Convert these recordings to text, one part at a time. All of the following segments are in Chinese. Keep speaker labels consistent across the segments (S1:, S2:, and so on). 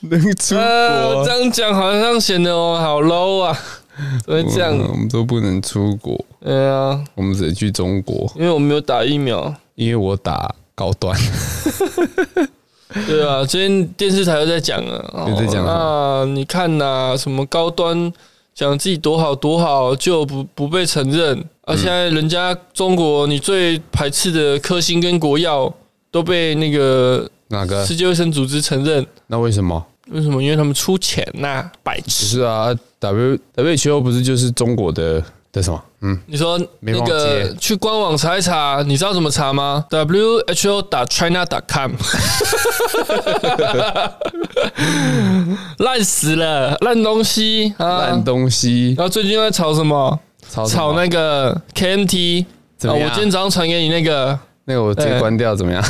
S1: 能出
S2: 呃，
S1: 国
S2: 这，样讲好像显得我好 low 啊，怎么会
S1: 嗯
S2: 这样？
S1: 我们都不能出国，
S2: 对啊，
S1: 我们只能去中国，
S2: 因为我没有打疫苗。
S1: 因为我打高端，
S2: 对啊，今天电视台又在讲了，哦
S1: 又在讲什
S2: 啊，你看呐、什么高端讲自己多好多好，就不不被承认。
S1: 嗯
S2: 啊，现在人家中国你最排斥的科兴跟国药都被那个
S1: 哪个？
S2: 世界卫生组织承认，
S1: 那为什么？
S2: 为什么？因为他们出钱呐、白
S1: 只
S2: 痴。
S1: 是啊，W WHO 不是就是中国的的什么？嗯，
S2: 你说
S1: 没
S2: 那
S1: 忘
S2: 个
S1: 记
S2: 去官网查一查，你知道怎么查吗？WHO 打 China com，烂死了，烂东西啊！
S1: 烂东西，
S2: 然后最近又在吵什么？
S1: 炒什么
S2: 吵那个 KMT
S1: 怎
S2: 啊！
S1: 么
S2: 我
S1: 样
S2: 今天早上传给你那个，
S1: 那个我直接
S2: 哎
S1: 关掉怎么样？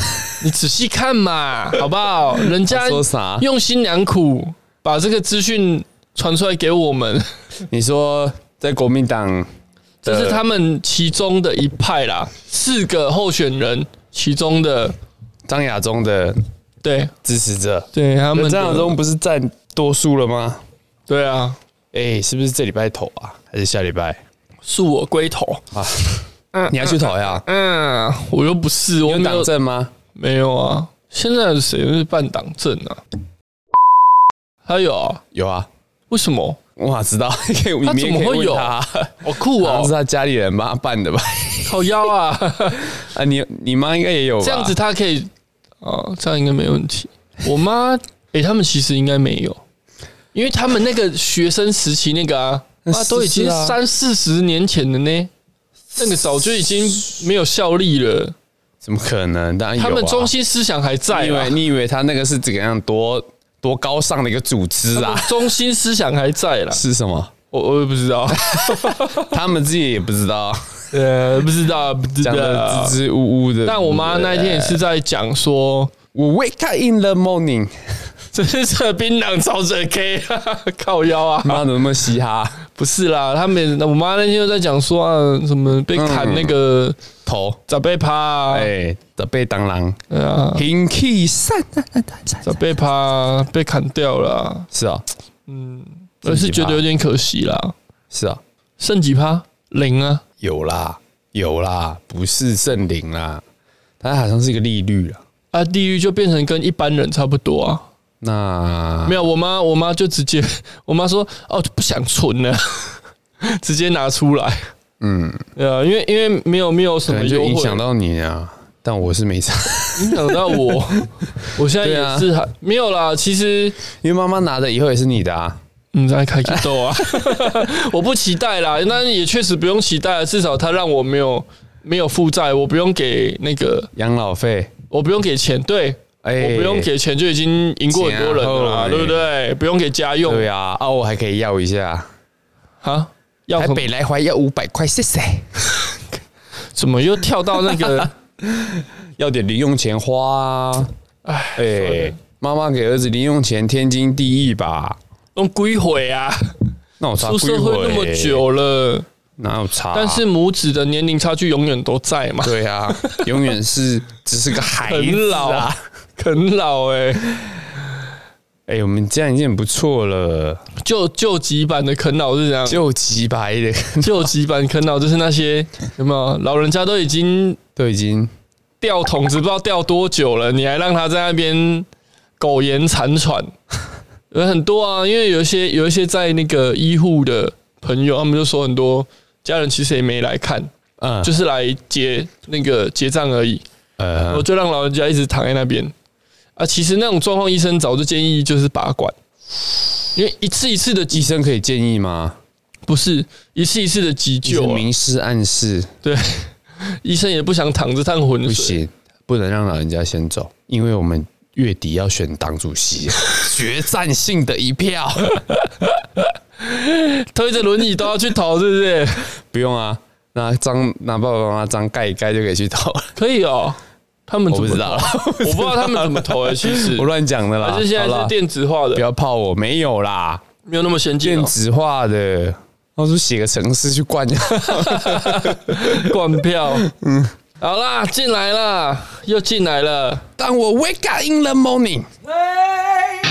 S2: 你仔细 看嘛，好不好？人家
S1: 他说啥？
S2: 用心良苦，把这个资讯传出来给 我们，
S1: 你说在国民党，
S2: 这是他们其中的一派啦，四个候选人其中的，
S1: 张亚中的
S2: 对
S1: 支持者，
S2: 对，他们的
S1: 张亚中不是占多数了吗？
S2: 对啊，
S1: 哎、是不是这礼拜投啊？还是下礼拜？啊
S2: 恕我龟头，
S1: 你要去投呀？
S2: 嗯，我又不是，我
S1: 有
S2: 嗯没
S1: 党
S2: 有
S1: 证吗？
S2: 没有啊，现在谁是办党证啊？还有啊、
S1: 有啊，
S2: 为什么？
S1: 我哪知道？ 可以你
S2: 他
S1: 明天
S2: 怎么
S1: 可以
S2: 会
S1: 问
S2: 有
S1: 他
S2: 好酷
S1: 好像是
S2: 哦，
S1: 他家里人帮他办的吧？
S2: 好妖 啊！
S1: 啊，你你妈应该也有吧？
S2: 这样子他可以，哦，这样应该没问题。我妈，诶，他们其实应该没有，因为他们那个学生时期那个啊，
S1: 那
S2: 啊，都已经
S1: 是啊
S2: 三四十年前了呢，那个早就已经没有啊效力了，
S1: 怎么可能？ 当然有、啊。
S2: 他们中心思想还在
S1: 你以
S2: 啊
S1: 为。你以为他那个是怎样多多高尚的一个组织
S2: 他
S1: 啊
S2: 们？ 中心思想还在啦，
S1: 是什么？
S2: 我我也不知 道，
S1: 他们自己也不知 道，
S2: 呃，不知道，不知
S1: 讲的
S2: 道。
S1: 支支吾吾的。
S2: 但我妈那一天也是在讲说，
S1: 我 wake up in the morning，
S2: 这是这槟榔超着 K，靠 腰啊！
S1: 妈怎么那么嘻哈？
S2: 不是啦，他们我妈那天又在讲说啊，什么被砍那个
S1: 头，
S2: 咋被趴啊，
S1: 哎，的被当狼
S2: 对啊，
S1: ，him key 散 散散散
S2: 咋被趴啊被砍掉了啊，
S1: 是啊，
S2: 我是觉得有点可惜啦，
S1: 是啊，
S2: 剩几趴零啊，
S1: 有啦，有啦，不是圣灵啦，它好像是一个利率啦。
S2: 啊，地狱就变成跟一般人差不多啊，
S1: 那
S2: 没有，我妈我妈就直接， 我妈说哦就不想存了， 直接拿出来，
S1: 嗯，
S2: 对啊，因为因为没有没有什
S1: 可
S2: 么
S1: 能就
S2: 优惠
S1: 影 响到你啊，但我是没差，
S2: 影响到我，我现在
S1: 对啊
S2: 也是还没有啦，其实。
S1: 因为妈妈拿的以后也是你的啊。
S2: 你在开启斗 啊！我不期待啦，那也确实不用期待，啊至少他让我没有没有负债，我不用给那个，
S1: 养老费，
S2: 我不用给钱，对、
S1: 哎、
S2: 我不用给钱就已经赢过很多人了
S1: 钱啊
S2: 啦，
S1: 后来
S2: 对不对？不用给家用
S1: 对啊，啊，我还可以要一下，
S2: 啊，要
S1: 台
S2: 什么
S1: 北来回要五百块，谢谢。
S2: 怎么又跳到那个？
S1: 要点零用钱花、啊，
S2: 哎，
S1: 哎、
S2: 算了
S1: 妈妈给儿子零用钱天经地义吧？
S2: 用归回啊！
S1: 那我差
S2: 出社会那么，久了，
S1: 欸哎哪有差、啊
S2: 但是母子的年龄差距永远都在嘛，
S1: 对啊，永远是只是个孩子、啊，
S2: 很老 啊，很老哎、
S1: 哎、我们这样已经很不错了，
S2: 旧旧级版的啃老是这样。
S1: 就几百的
S2: 旧几版啃老就是那些有没有老人家都已经
S1: 都已经
S2: 掉桶子，不知道掉多久了，你还让他在那边苟延残喘， 有很多啊，因为有一些有一些在那个医护的朋友，他们就说很多家人其实也没来看，
S1: 嗯，
S2: 就是来结那个结账而已，
S1: 呃
S2: 我就让老人家一直躺在那边啊。其实那种状况，医生早就建议就是拔管，因为一次一次的
S1: 医
S2: 急，
S1: 生可以建议吗？
S2: 不是一次一次的急
S1: 医生
S2: 救啊、
S1: 明示暗示
S2: 对，医生也不想淌这趟浑
S1: 不
S2: 水。
S1: 行，不能让老人家先走，因为我们月底要选党主 席，决战性的一票。
S2: 推着轮椅都要去投，是不是？
S1: 不用啊，拿张拿爸爸妈妈张盖一盖就可以去投了。
S2: 可以哦。他们
S1: 我
S2: 怎
S1: 不
S2: 么
S1: 知
S2: 投
S1: 道，
S2: 我不知道他们怎么投诶、其实
S1: 我乱讲的啦。
S2: 还是现
S1: 好
S2: 在
S1: 啦
S2: 是电子化
S1: 不
S2: 的，
S1: 要泡我，没有啦，
S2: 没有那么先进、
S1: 电
S2: 哦。
S1: 子化的。到处写个城市去灌，
S2: 灌票，嗯，好啦，进来啦，又进来了。
S1: 当我 wake up in the morning，
S3: Wake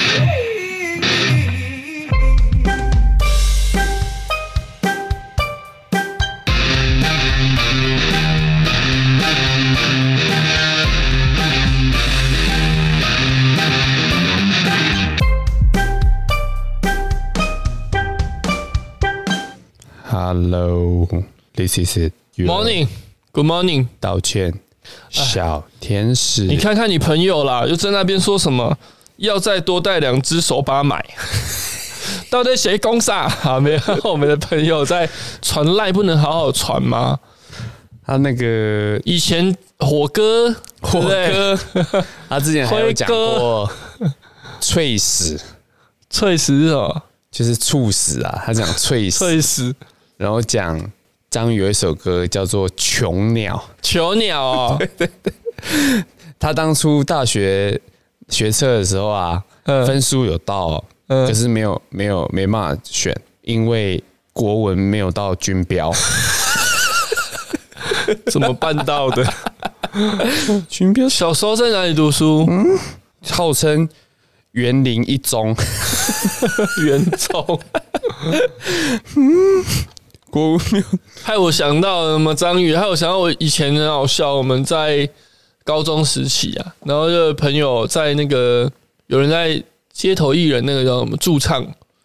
S1: Hello，this is it. your-
S2: Morning，Good morning。
S1: 道歉，小天使。
S2: 你看看你朋友啦，又在那边说什么要再多带两只手把买， 到底谁攻啥？啊，没有，我们的朋友在传赖不能好好传吗？
S1: 他那个
S2: 以前火哥，火哥
S1: 他之前还有讲过 脆死，
S2: 脆死是什么？
S1: 就是猝死啊，他讲脆死，
S2: 脆 死
S1: 然后讲张宇有一首歌叫做《穷鸟》，
S2: 囚鸟哦，
S1: 他当初大学学测的时候啊，
S2: 嗯
S1: 分数有到，
S2: 嗯
S1: 可是没有没有没办法选，因为国文没有到军 标，
S2: 怎么办到 的？
S1: 军标
S2: 小时候在哪里读书？
S1: 号称园林一中，
S2: 园中，
S1: 国文没有
S2: 害我想到什么张宇，害我想到我以前很好笑，我们在高中时期啊，然后就有朋友在那个有人在街头艺人那个叫什么驻唱，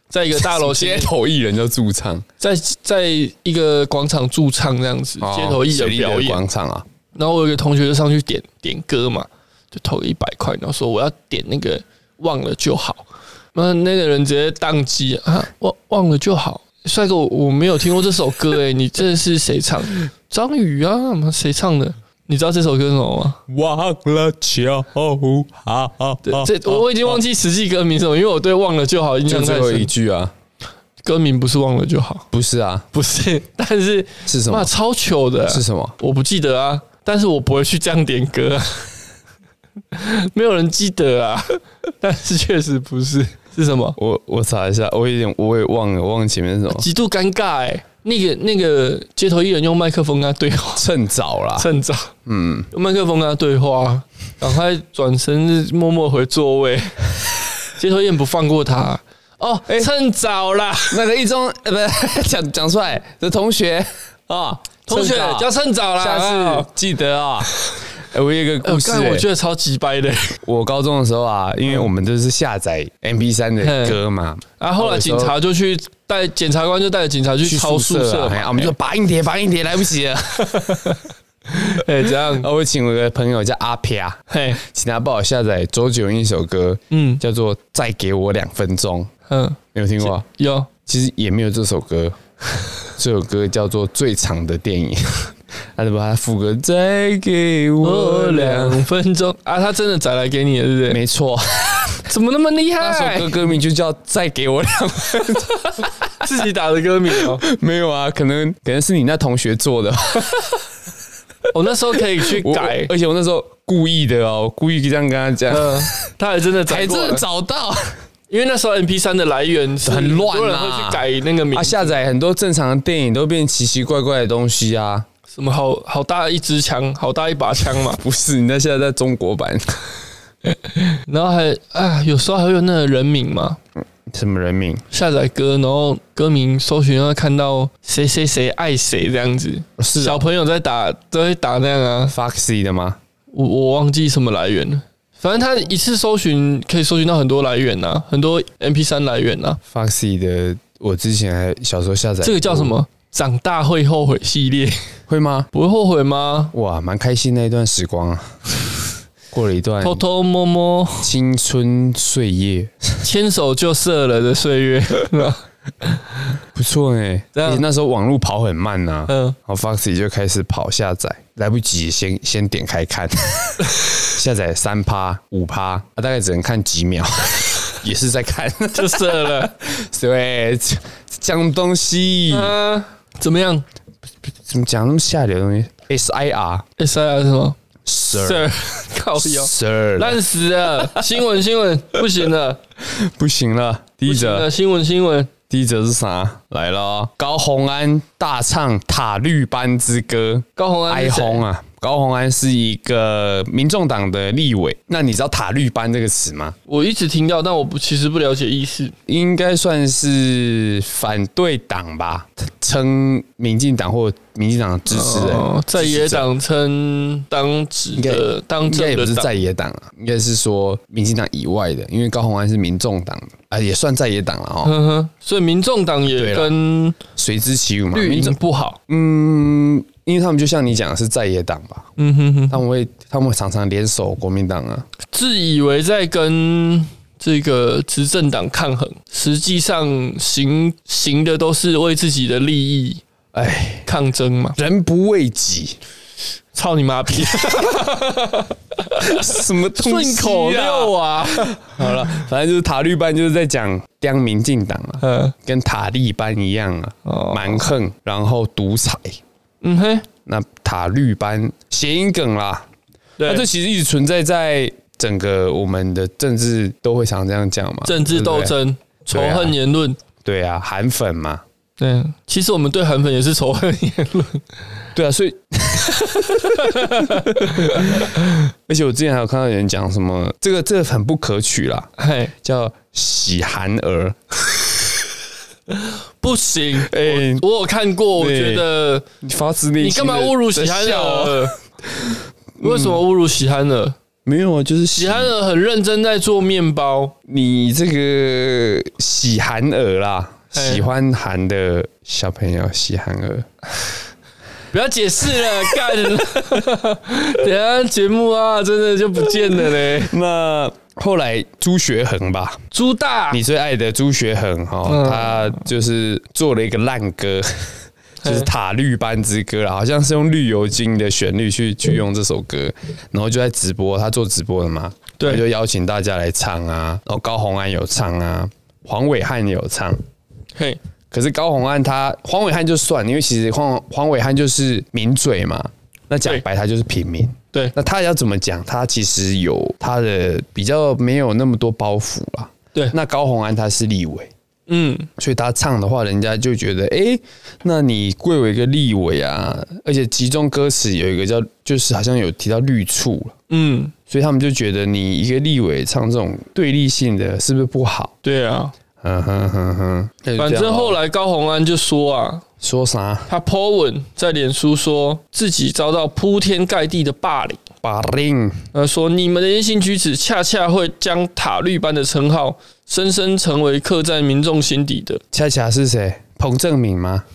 S2: 在一个大楼前
S1: 街
S2: 面
S1: 头艺人叫驻唱，
S2: 在在一个广场驻唱这样子，街头艺人表
S1: 水利的。
S2: 演
S1: 广场啊，
S2: 然后我有一个同学就上去点点歌嘛，就投了一百块，然后说我要点那个忘了就好。那那个人直接宕机啊，忘忘了就好。帅哥，我我没有听过这首歌诶、你这是谁唱？张宇啊，妈谁唱的？你知道这首歌是什么吗？
S1: 忘了就好。
S2: 这我已经忘记实际歌名是什么，因为我对忘了就好印
S1: 就
S2: 象
S1: 最
S2: 太
S1: 后一
S2: 深。
S1: 句啊，
S2: 歌名不是忘了就好，
S1: 不是啊，
S2: 不是，但是
S1: 是什
S2: 妈
S1: 么？
S2: 超糗的，
S1: 是什么？
S2: 我不记得啊，但是我不会去这样点歌、啊， 没有人记得啊。 但是确实不是，是什么？
S1: 我我查一下，我有点我也忘了，忘了前面是什么。
S2: 极度尴尬哎、那个那个街头艺人用麦克风跟他对话，
S1: 趁早啦，
S2: 趁早
S1: 嗯，
S2: 用麦克风跟他对话，赶快转身默默回座位。街头艺人不放过他哦，
S1: 哎
S2: 趁早啦，
S1: 那个一中呃，不是 讲讲出来的同学啊，
S2: 同学
S1: 趁早
S2: 要趁早啦，
S1: 下
S2: 哦
S1: 次记得啊。哎我有一个
S2: 哎我
S1: 故事、
S2: 干我
S1: 哎
S2: 觉得超级掰的、
S1: 我高中的时候啊，因为我们都是下载 MP 3的歌嘛，
S2: 然啊后后来警察就去带检察官就带着警察去
S1: 去
S2: 抄
S1: 宿
S2: 宿舍
S1: 舍
S2: 嘛
S1: 啊，，哎我们就拔硬碟，拔硬碟，来不及 了。
S2: 哎这样
S1: 然，后我请我一个朋友叫阿飘，
S2: 嘿，
S1: 请他帮我下载周杰伦一首歌，
S2: 嗯
S1: 叫做《再给我两分钟》，
S2: 嗯，
S1: 没有听过啊？
S2: 有
S1: 其实也没有这首歌， 这首歌叫做《最长的电影》， 他就把它副歌再给我
S2: 我
S1: 两，
S2: 两分钟啊，他真的载来给你的，对不对？
S1: 没错，
S2: 怎么那么厉
S1: 那
S2: 害
S1: 首？歌歌名就叫《再给我两》，
S2: 自己打的歌名 哦。
S1: 没有啊，可能可能是你那同学做 的，
S2: 我哦那时候可以去
S1: 我
S2: 改，
S1: 而且我那时候故意的哦，故意这样跟他讲，
S2: 嗯，他还真的载
S1: 呃还真
S2: 过
S1: 的
S2: 了，
S1: 找到。
S2: 因为那时候 M P 三的来源是
S1: 很乱啊
S2: 很多人会去改那个 名
S1: 啊，，下载很多正常的电影都变奇奇怪怪的东西啊，
S2: 什么好好大一支枪，好大一把枪嘛，
S1: 不是？你那现在在中国版
S2: 然后还啊，有时候还会有那个人名嘛，
S1: 什么人名？
S2: 下载歌，然后歌名搜寻，然后看到谁谁谁爱谁这样子。
S1: 是
S2: 小朋友在打，都会打那样啊。
S1: Foxy 的吗？
S2: 我我忘记什么来源了，反正他一次搜寻可以搜寻到很多来源呐、啊很多 MP 三来源呐、啊
S1: Foxy 的，我之前还小时候下载
S2: 这个叫什么？长大会后悔系列，
S1: 会吗？
S2: 不会后悔吗？
S1: 哇，蛮开心那一段时光 啊，过了一段
S2: 偷偷摸摸，
S1: 青春岁月，
S2: 牵手就射了的岁月。
S1: 不错哎、
S2: 这样
S1: 而且那时候网路跑很慢呐、啊，
S2: 嗯，
S1: 然后 Foxy 就开始跑下载，来不及先先点开 看，下载三趴五趴，啊大概只能看几 秒，也是在看，
S2: 就射了。
S1: 对，讲东西
S2: 啊，怎么样
S1: 怎么讲那么下流的东西？S I R
S2: ？S I R 什么
S1: sir
S2: ？Sir，靠 哦腰，
S1: sir，
S2: 烂死了！新闻新闻，不行了。
S1: 不行了，第一
S2: 不行
S1: 则
S2: 了新闻新闻，
S1: 第一则是啥？来了哦，高洪安大唱《塔绿班之歌》，
S2: 高洪安
S1: 哀
S2: 是谁
S1: 鸿啊！高洪安是一个民众党的立委，那你知道“塔绿班”这个词吗？
S2: 我一直听到，但我不其实不了解意思。
S1: 应该算是反对党吧，称民进党或民进党支持人、
S2: 哦在野
S1: 支持者
S2: 党称当值的当
S1: 应该
S2: 政
S1: 也不
S2: 的
S1: 是在
S2: 党，
S1: 野党啊，应该是说民进党以外的，因为
S2: 嗯
S1: 高虹安是民众党的啊，也算在野党了哦。
S2: 嗯哼，所以民众党
S1: 对
S2: 也
S1: 啦
S2: 跟
S1: 随之起舞嘛。
S2: 绿
S1: 民
S2: 营
S1: 众
S2: 不好，
S1: 嗯，因为他们就像你讲的是在野党吧，
S2: 嗯哼哼，
S1: 他们会他们会常常联手国民党啊，
S2: 自以为在跟这个执政党抗衡，实际上行行的都是为自己的利益
S1: 哎，
S2: 抗争嘛。
S1: 人不为己，
S2: 操你妈逼！
S1: 什么东西、
S2: 顺
S1: 啊、
S2: 口溜啊，
S1: 好了，反正就是塔利班就是在讲刁民进党啊，
S2: 嗯
S1: 跟塔利班一样
S2: 哦
S1: 啊，蛮横，然后独裁。
S2: 嗯哼，
S1: 那塔利班谐音梗啦，那
S2: 对，
S1: 这其实一直存在在整个我们的政治都会常这样讲嘛，
S2: 政治斗
S1: 对不对，
S2: 争、仇
S1: 对啊
S2: 恨言论。
S1: 对啊，韩粉嘛，
S2: 对，其实我们对韩粉也是仇恨言论。
S1: 对啊，所以， 而且我之前还有看到有人讲什么，这个这个很不可取啦，
S2: 嘿，
S1: 叫喜韩儿，
S2: 不行，
S1: 哎、
S2: 我有看过，我觉
S1: 对
S2: 得
S1: 你发自内
S2: 你
S1: 心
S2: 干
S1: 地
S2: 嘛侮辱喜憨
S1: 在笑啊
S2: 儿？为什么侮辱喜憨儿？
S1: 没有啊，就是喜
S2: 喜憨儿很认真在做面包，
S1: 你这个喜韩儿啦，
S2: 哎
S1: 喜欢韩的小朋友，喜韩儿，
S2: 不要解释 了，干了。等一下节目啊，真的就不见了嘞。
S1: 那后来朱学恒吧，
S2: 朱大，
S1: 你最爱的朱学恒哈、哦
S2: 嗯
S1: 他就是做了一个烂歌，就是塔绿班之歌啦，好像是用绿油精的旋律去去用这首歌，然后就在直播，他做直播的嘛，
S2: 对
S1: 他就邀请大家来唱啊，然后高洪安有唱啊，黄伟汉有唱。
S2: 嘿，
S1: 可是高洪安他黄伟汉就算，因为其实黄黄伟汉就是名嘴嘛，那讲
S2: 对
S1: 白他就是平民。
S2: 对
S1: 那他要怎么讲？他其实有他的比较没有那么多包袱啦。
S2: 对，
S1: 那高洪安他是立委，
S2: 嗯，
S1: 所以他唱的话，人家就觉得，诶，那你贵为一个立委啊，而且其中歌词有一个叫，就是好像有提到绿处了，
S2: 嗯，
S1: 所以他们就觉得你一个立委唱这种对立性的，是不是不好？
S2: 对啊，
S1: 嗯哼哼哼，那就这
S2: 反
S1: 样
S2: 正
S1: 咯
S2: 后来高洪安就说啊，
S1: 说啥？
S2: 他 po 文在脸书说自己遭到铺天盖地的霸凌，
S1: 把令
S2: 呃，说你们的言行举止恰恰会将塔绿班的称号深深成为刻在民众心底的。
S1: 恰恰是谁？彭正明吗？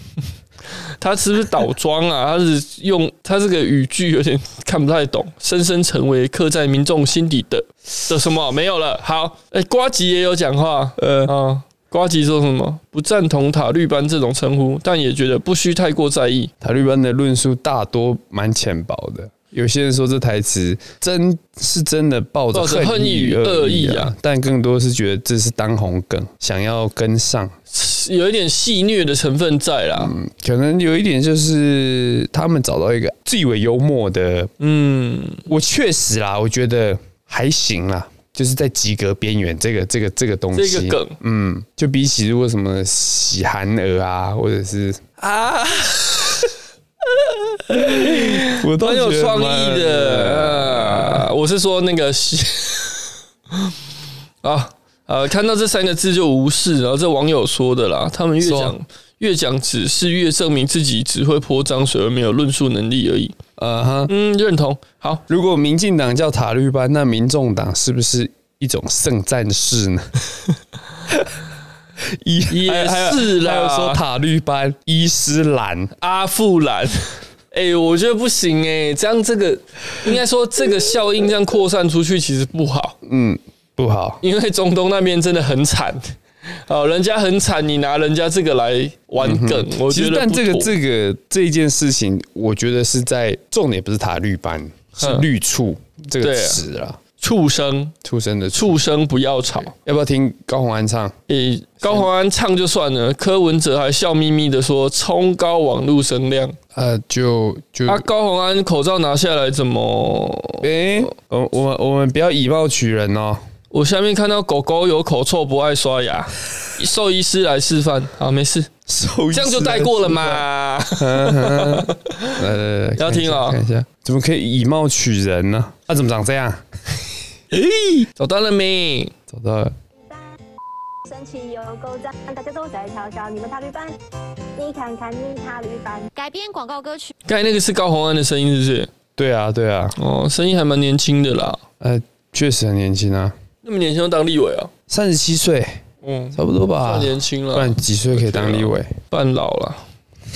S2: 他是不是倒装啊？他是用他这个语句有点看不太懂，深深成为刻在民众心底的的什么？没有了。好，哎、瓜吉也有讲话，
S1: 呃，
S2: 啊，瓜吉说什么？不赞同塔绿班这种称呼，但也觉得不需太过在意。
S1: 塔利班的论述大多蛮浅薄的。有些人说这台词真是真的抱着
S2: 抱着
S1: 恨
S2: 恨意
S1: 意
S2: 与
S1: 与
S2: 恶
S1: 恶
S2: 意
S1: 意
S2: 啊
S1: 啊，但更多是觉得这是当红梗，想要跟上。
S2: 有一点戏虐的成分在啦。
S1: 可能有一点就是他们找到一个自以为幽默的，
S2: 嗯，
S1: 我确实啦，我觉得还行啦，就是在及格边缘。这个这个这个东
S2: 这
S1: 西，
S2: 个梗
S1: 嗯，就比起如果什么喜寒儿啊，或者是
S2: 啊，
S1: 我都
S2: 很有
S1: 觉得
S2: 创
S1: 蛮
S2: 意的。啊我是说那个 戏啊，呃，看到这三个字就无视。然后这网友说的啦，他们越
S1: 说
S2: 讲越讲，只是越证明自己只会泼脏水而没有论述能力而已。
S1: 呃哈。
S2: 嗯，认同。好，
S1: 如果民进党叫塔绿班，那民众党是不是一种圣战士呢？伊
S2: 也
S1: 还有
S2: 是啦
S1: 还有说塔绿班伊斯兰，
S2: 阿富兰。 哎、我觉得不行哎、这样这个应该说这个效应这样扩散出去其实不好，
S1: 嗯，不好。
S2: 因为中东那边真的很惨，哦，人家很惨，你拿人家这个来玩梗，我
S1: 嗯其
S2: 觉
S1: 实，
S2: 得
S1: 但
S2: 不
S1: 这个
S2: 妥
S1: 这个这一件事情，我觉得是在重点不是塔绿班，是
S2: 嗯
S1: 绿处这个
S2: 对啊
S1: 词啦，
S2: 畜生，
S1: 畜生的畜。
S2: 畜生不要吵。
S1: 要不要听高洪安唱？
S2: 诶、高洪安唱就算了，柯文哲还笑眯眯的说冲高网路声量。
S1: 呃，就就
S2: 啊，高洪安口罩拿下来怎么？
S1: 诶，
S2: 哦
S1: 我我们我们不要以貌取人哦。
S2: 我下面看到狗狗有口臭不爱刷 牙，兽医师来示范。好，没事。这
S1: 这
S2: 样就带过了嘛。
S1: 来来来，
S2: 要
S1: 看一
S2: 听
S1: 下
S2: 哦
S1: 呃看一下，怎么可以以貌取人呢？他怎么长这样？
S2: 找到了没？
S1: 找到了，
S3: 升起有够赞，大家都在嘲笑你们塔绿班，你看看你塔绿班。
S4: 改编广告歌曲。
S2: 刚才那个是高洪安的声音，是不是？
S1: 对啊，对啊，
S2: 哦，声音还蛮年轻的啦。
S1: 呃，确实很年轻啊，
S2: 那么年轻就当立委啊？
S1: 三十七岁，
S2: 嗯，
S1: 差不多吧
S2: 算。年轻
S1: 不
S2: 了，
S1: 然几岁可以当立委？
S2: 半老了，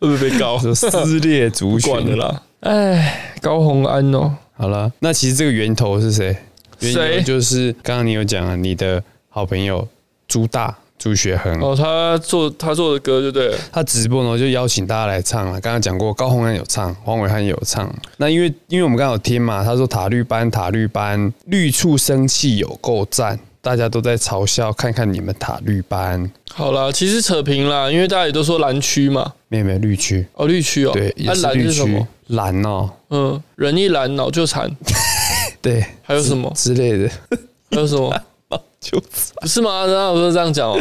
S2: 会不会被告？
S1: 说撕裂族群
S2: 管的。啦。哎，高红安哦，
S1: 好了，那其实这个源头是谁？源头
S2: 谁
S1: 就是刚刚你有讲啊，你的好朋友朱大朱学恒，
S2: 哦，他做他做的歌就对了，
S1: 他直播呢就邀请大家来唱了。刚刚讲过，高洪安有唱，黄伟汉有唱。那因为因为我们刚刚有听嘛，他说塔绿班塔绿班，绿处生气有够赞，大家都在嘲笑，看看你们塔绿班，
S2: 好啦，其实扯平啦，因为大家也都说蓝区嘛，
S1: 没有没有绿区，
S2: 哦，绿区哦，
S1: 对，
S2: 啊
S1: 也、是
S2: 蓝
S1: 绿
S2: 是什
S1: 区
S2: 么？，
S1: 蓝哦，
S2: 嗯，人一蓝脑就残，
S1: 对，
S2: 还有什么？
S1: 之类 的，
S2: 还有什么？
S1: 就
S2: 不是吗？然后我就这样讲哦，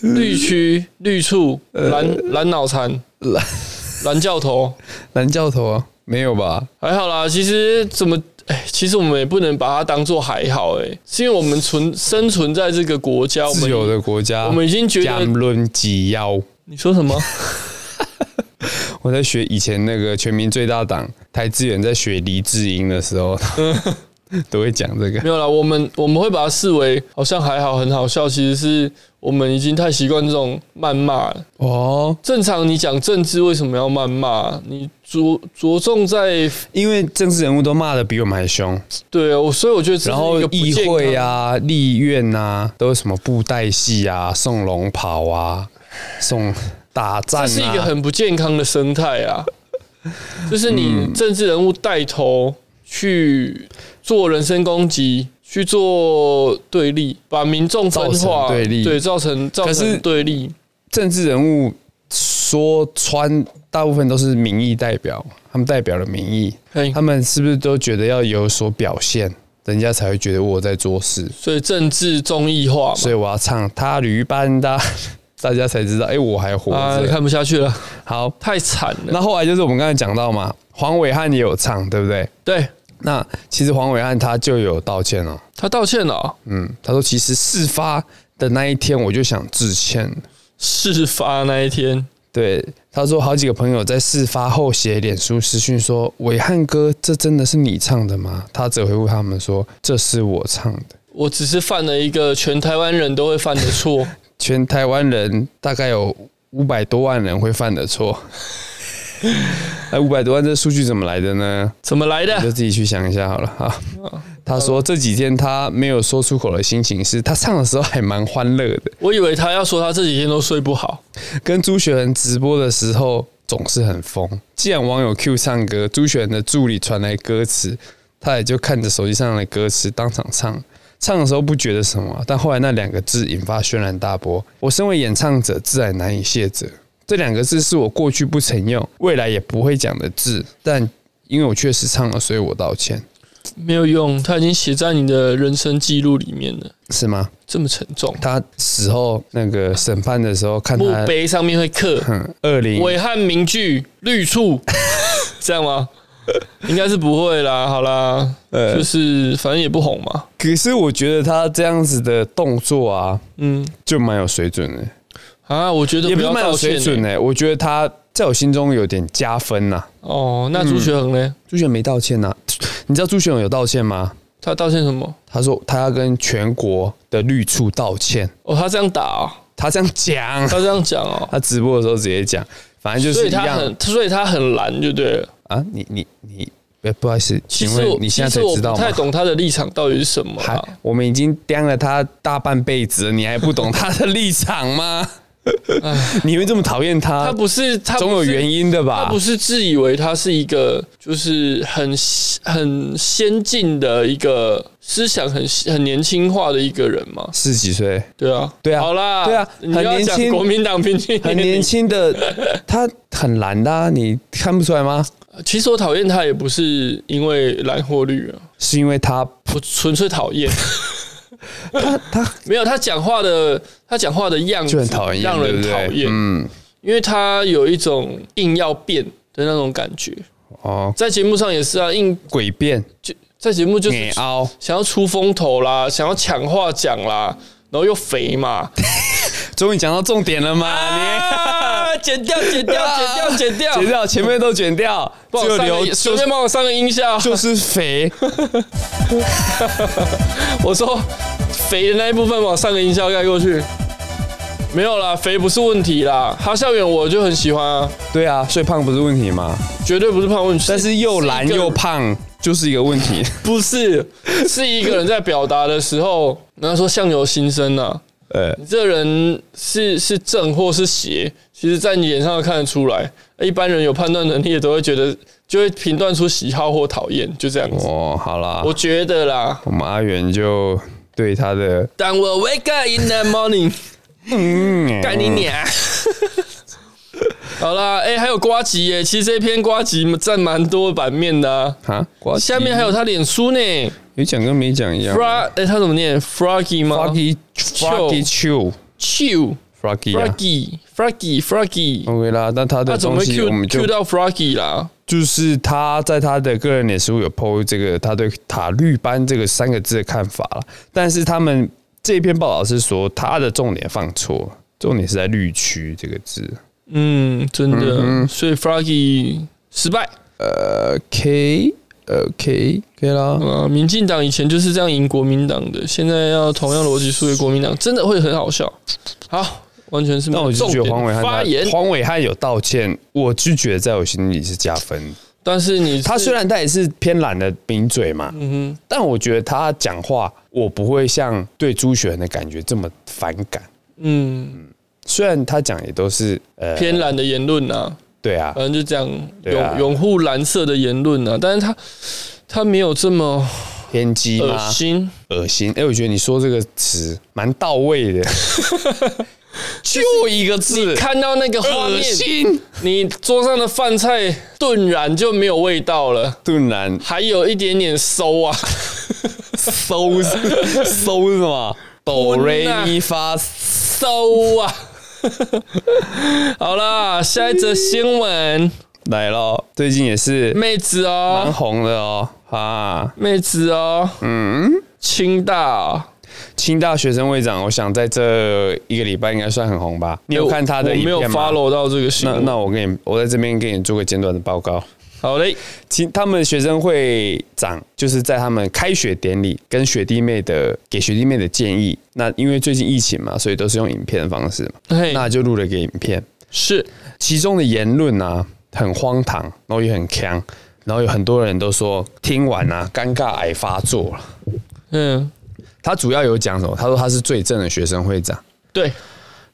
S2: 绿区、绿处、蓝蓝脑残、
S1: 呃蓝
S2: 蓝教头，
S1: 蓝教头啊，没有吧？
S2: 还好啦。其实怎么？哎，其实我们也不能把它当做还好，哎，是因为我们存生存在这个国家，我
S1: 自由
S2: 们
S1: 的国家，
S2: 我们已经觉
S1: 讲
S2: 得
S1: 论及腰。
S2: 你说什么？
S1: 我在学以前那个全民最大党台资远在学黎智英的时候， 都会讲这个
S2: 没。有啦，我们我们会把它视为好像还好，很好笑。其实是我们已经太习惯这种谩骂了。
S1: 哦，
S2: 正常你讲政治为什么要谩骂？你着着重在
S1: 因为政治人物都骂的比我们还凶，
S2: 对啊，我所以我觉得这是
S1: 然后
S2: 一个不
S1: 议
S2: 健康
S1: 会啊、立院啊，都有什么布袋戏啊、送龙袍啊、送打战啊，
S2: 这是一个很不健康的生态啊！就是
S1: 嗯
S2: 你政治人物带头去做人身攻击，去做对立，把民众分
S1: 造成
S2: 化，
S1: 对立
S2: 对，造成造
S1: 可是
S2: 成对立。
S1: 政治人物说穿，大部分都是民意代表，他们代表了民意，
S2: 嘿
S1: 他们是不是都觉得要有所表现，人家才会觉得我在做事？
S2: 所以政治综艺化
S1: 所以我要唱他驴班的， 大家才知道，哎、我还活
S2: 嘛，啊，
S1: 着。
S2: 看不下去了，
S1: 好，
S2: 太惨了。
S1: 那后来就是我们刚才讲到嘛，黄伟汉也有唱，对不对？
S2: 对
S1: 那其实黄伟汉他就有道歉哦，
S2: 他道歉了哦、
S1: 嗯，他说其实事发的那一天我就想致歉，
S2: 事发那一天，
S1: 对，他说好几个朋友在事发后写脸书私讯说：“伟汉哥，这真的是你唱的吗？”他只回复他们说：“这是我唱的。
S2: 我只是犯了一个全台湾人都会犯的错。”
S1: 全台湾人大概有五百多万人会犯的错。 哎，五百多万这数据怎么来的呢？
S2: 怎么来
S1: 你
S2: 的？
S1: 就自己去想一下好了啊。他说这几天他没有说出口的心情是，他唱的时候还蛮欢乐的，
S2: 我以为他要说他这几天都睡不好，
S1: 跟朱雪恒直播的时候总是很疯。既然网友 Q 唱歌，朱雪恒的助理传来歌词，他也就看着手机上的歌词当场唱。唱的时候不觉得什么，但后来那两个字引发轩然大波。我身为演唱者，自然难以卸责。这两个字是我过去不曾用，未来也不会讲的字，但因为我确实唱了，所以我道歉，
S2: 没有用，他已经写在你的人生记录里面了。
S1: 是吗？
S2: 这么沉重，
S1: 他死后那个审判的时候，看
S2: 墓
S1: 他呃
S2: 碑上面会 刻
S1: 二
S2: “
S1: 零
S2: 伟汉名句绿 处”，这样吗？应该是不会啦，好啦，
S1: 呃
S2: 就，是反正也不红嘛，
S1: 可是我觉得他这样子的动作啊，
S2: 嗯
S1: 就蛮有水准的，
S2: 啊，我觉得
S1: 也不
S2: 不
S1: 是
S2: 要
S1: 蛮有
S2: 道
S1: 水
S2: 歉
S1: 准
S2: 欸
S1: 的。我觉得他在我心中有点加分呐、
S2: 哦。那朱学恒呢？
S1: 朱璇没道歉呐、你知道朱璇有道歉吗？
S2: 他道歉什么？
S1: 他说他要跟全国的绿处道歉，
S2: 哦，他这样打哦，
S1: 他这样讲，
S2: 他这样讲哦，
S1: 他直播的时候直接讲，反正就
S2: 所
S1: 是
S2: 以
S1: 一
S2: 他
S1: 样
S2: 很，所以他很蓝，就对了。
S1: 啊。你你你，呃不好意思，请
S2: 其实我
S1: 问你现在
S2: 其
S1: 才
S2: 实我
S1: 知道
S2: 不
S1: 吗
S2: 太？懂他的立场到底是什么啊、
S1: 还我们已经刁了他大半辈子了，你还不懂他的立场吗？ 你会这么讨厌
S2: 他
S1: 他？
S2: 不是他
S1: 啊总有原
S2: 因。
S1: 因的
S2: 他
S1: 吧
S2: 不？是自以为他是一个就是很很先进的一个思想很很年轻化的一个人吗？
S1: 四十几岁，
S2: 对啊，
S1: 对啊
S2: 好啦，
S1: 对啊
S2: 你又要
S1: 很年
S2: 讲
S1: 轻
S2: 国民党平均
S1: 很
S2: 年
S1: 年
S2: 龄
S1: 轻的，他很蓝的、啊，你看不出来吗？
S2: 其实我讨厌他也不是因为蓝或绿啊，
S1: 是因为他
S2: 我纯粹讨厌。
S1: 他他
S2: 没有他讲话的，他讲话的样子
S1: 就很讨厌，
S2: 让
S1: 对
S2: 人
S1: 不对
S2: 讨厌，
S1: 嗯，
S2: 因为他有一种硬要变的那种感觉，
S1: 哦，
S2: 在节目上也是啊，硬
S1: 诡辩、
S2: 就在节目就是
S1: 美凹，
S2: 想要出风头啦，想要抢话讲啦，然后又 肥嘛，
S1: 终于讲到重点了吗？
S2: 啊，剪掉，剪掉，剪掉，剪
S1: 你
S2: 掉，
S1: 剪，掉前面都剪掉，
S2: 帮
S1: 就
S2: 我上
S1: 留
S2: 个，随
S1: 就
S2: 便帮 我上个音效。
S1: 就是肥，
S2: 我说肥的那一部分往上个音效盖过去。没有啦，肥不是问题啦。哈校园我就很喜欢啊，
S1: 对啊，所以胖不是问题嘛，
S2: 绝对不是胖问题。
S1: 但是又懒
S2: 是一个
S1: 又胖就是一个问 题。
S2: 不是，是一个人在表达的时候， 然后说相由心生啊。
S1: 呃，
S2: 你这人是是正或是邪，其实在你脸上看得出来。一般人有判断能力的都会觉得，就会评断出喜好或讨厌，就这样子。
S1: 哦，好啦，
S2: 我
S1: 我
S2: 觉得啦，
S1: 我们阿元就对他的
S2: 当我 wake up in the morning，
S1: 嗯，
S2: 干你娘！ 好啦，哎、还有瓜吉耶，其实这篇瓜吉占蛮多版面的、啊。
S1: 啊，瓜
S2: 下面还有他脸书呢
S1: 有讲跟没讲一样。
S2: ，frog，哎、他怎么念？froggy 吗
S1: Froggy Froggy Chew
S2: ？chew
S1: Froggy 啊
S2: froggy froggy froggy，
S1: ，OK 啦。但他
S2: 他
S1: 的
S2: 怎么
S1: 东
S2: 会
S1: 西我们
S2: Q
S1: 就
S2: Q 到 froggy 啦？
S1: 就是他在他的个人脸书有 PO 这个他对塔绿班这个三个字的看法了，但是他们这篇报道是说他的重点放错，重点是在绿区这个字。
S2: 嗯，真的，所以 Froggy 失败。
S1: 呃 OK OK OK 呃啦，
S2: 呃，民进党以前就是这样赢国民党的，现在要同样逻辑输给国民党，真的会很好笑。好，完全是没
S1: 那我
S2: 有
S1: 就
S2: 重
S1: 觉得黄伟
S2: 点
S1: 汉
S2: 发言
S1: 他，黄伟汉有道歉，我就觉得在我心里是加分。
S2: 但是你
S1: 他
S2: 是
S1: 虽然他也是偏懒的名嘴嘛，
S2: 嗯
S1: 但我觉得他讲话，我不会像对朱雪恒的感觉这么反感。
S2: 哼嗯
S1: 虽然他讲也都是呃
S2: 偏蓝的言论啊，
S1: 对啊，
S2: 反正就这样
S1: 对啊
S2: 拥拥护蓝色的言论啊，但是他他没有这么
S1: 偏激
S2: 恶
S1: 吗？
S2: 心，
S1: 恶心！哎、我觉得你说这个词蛮到位 的，就一个字，
S2: 看到那个画
S1: 恶
S2: 面，
S1: 心。
S2: 你桌上的饭菜顿然就没有味道了，
S1: 顿然
S2: 还有一点点馊啊。
S1: 搜 搜什么？哆
S2: 吞
S1: 瑞
S2: 啊
S1: 咪发，
S2: 搜啊！好啦，下一则新闻，
S1: 来咯，最近也是
S2: 妹子
S1: 蛮
S2: 哦，
S1: 红的哦啊！
S2: 妹子哦，嗯，清大哦、
S1: 清大学生会长，我想在这一个礼拜应该算很红吧？你有看他的
S2: 我
S1: 影
S2: 没有
S1: 片吗？
S2: follow 到这个新
S1: 那
S2: 闻。
S1: 那我给你，我在这边给你做个简短的报告。
S2: 好嘞，
S1: 其他们学生会长就是在他们开学典礼跟学弟妹的给学弟妹的建议。那因为最近疫情嘛，所以都是用影片的方式嘛，
S2: 嘿，
S1: 那就录了一个影片。
S2: 是
S1: 其中的言论啊，很荒唐，然后也很强，然后有很多人都说听完啊，尴尬癌发作了。
S2: 嗯，
S1: 他主要有讲什么？他说他是最正的学生会长，
S2: 对，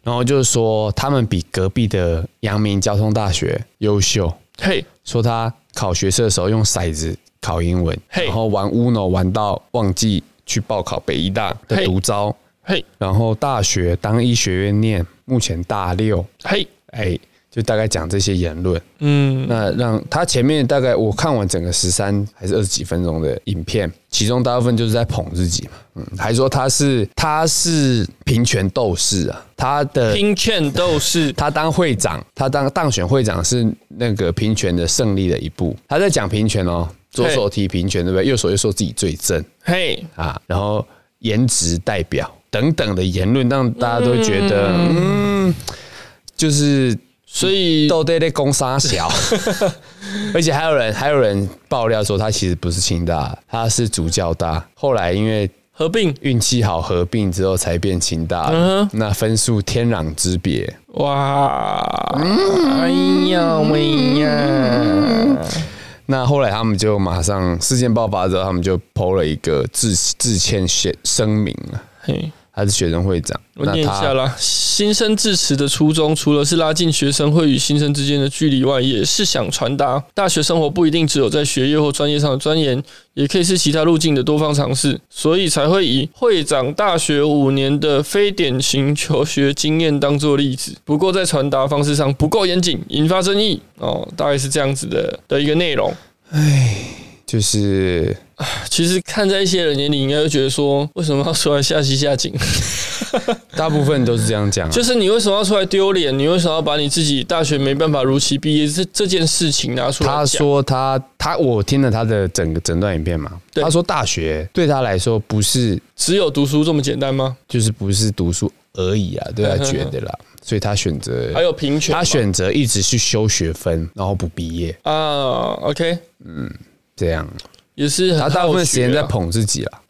S1: 然后就是说他们比隔壁的阳明交通大学优秀。
S2: 嘿，
S1: 说他考学测的时候用骰子考英文
S2: 嘿
S1: 然后玩 Uno 玩到忘记去报考北医大的
S2: 嘿
S1: 独招，
S2: 嘿，
S1: 然后大学当医学院念，目前大六，
S2: 嘿，
S1: 哎，就大概讲这些言论。
S2: 嗯，
S1: 那让他前面大概我看完整个十三还是二十几分钟的影片，其中大部分就是在捧自己嘛，嗯，还说他是他是平权斗士啊，他的
S2: 拼券斗士，
S1: 他当会长，他当当选会长是那个平权的胜利的一步。他在讲平权哦，左手提平权，对不对？右手又说自己最正
S2: 嘿，
S1: 啊，然后颜值代表等等的言论，让大家都觉得嗯就是
S2: 所以
S1: 都在在攻杀 小，而且还有人还有人爆料说他其实不是清大，他是主教大，后来因为。
S2: 合并，
S1: 运气好合并之后才变清大
S2: 嗯
S1: 的，那分数天壤之别。
S2: 哇，哎呀喂呀，
S1: 那后来他们就马上事件爆发之后，他们就 PO 了一个致致歉宣声明啊，
S2: 嘿。
S1: 他是学生会长，
S2: 我念一
S1: 那他
S2: 下啦。新生致辞的初衷，除了是拉近学生会与新生之间的距离外，也是想传达大学生活不一定只有在学业或专业上的钻研，也可以是其他路径的多方尝试，所以才会以会长大学五年的非典型求学经验当做例子。不过在传达方式上不够严谨，引发争议哦，大概是这样子的的一个内容。
S1: 就是
S2: 其实看在一些人眼里，应该会觉得说，为什么要出来下棋下井？
S1: 大部分都是这样讲、啊，
S2: 就是你为什么要出来丢脸？你为什么要把你自己大学没办法如期毕业这这件事情拿出来
S1: 他
S2: 讲？
S1: 说他他我听了他的整个整段影片嘛，
S2: 对
S1: 他说大学对他来说不是
S2: 只有读书这么简单吗？
S1: 就是不是读书而已啊，对他
S2: 嗯哼
S1: 觉得 啦，所以他选择
S2: 还有平权吗，
S1: 他选择一直去修学分，然后不毕业，
S2: 啊，OK，
S1: 这样
S2: 也是很
S1: 他大部分
S2: 好学啊
S1: 时间在捧自己啦。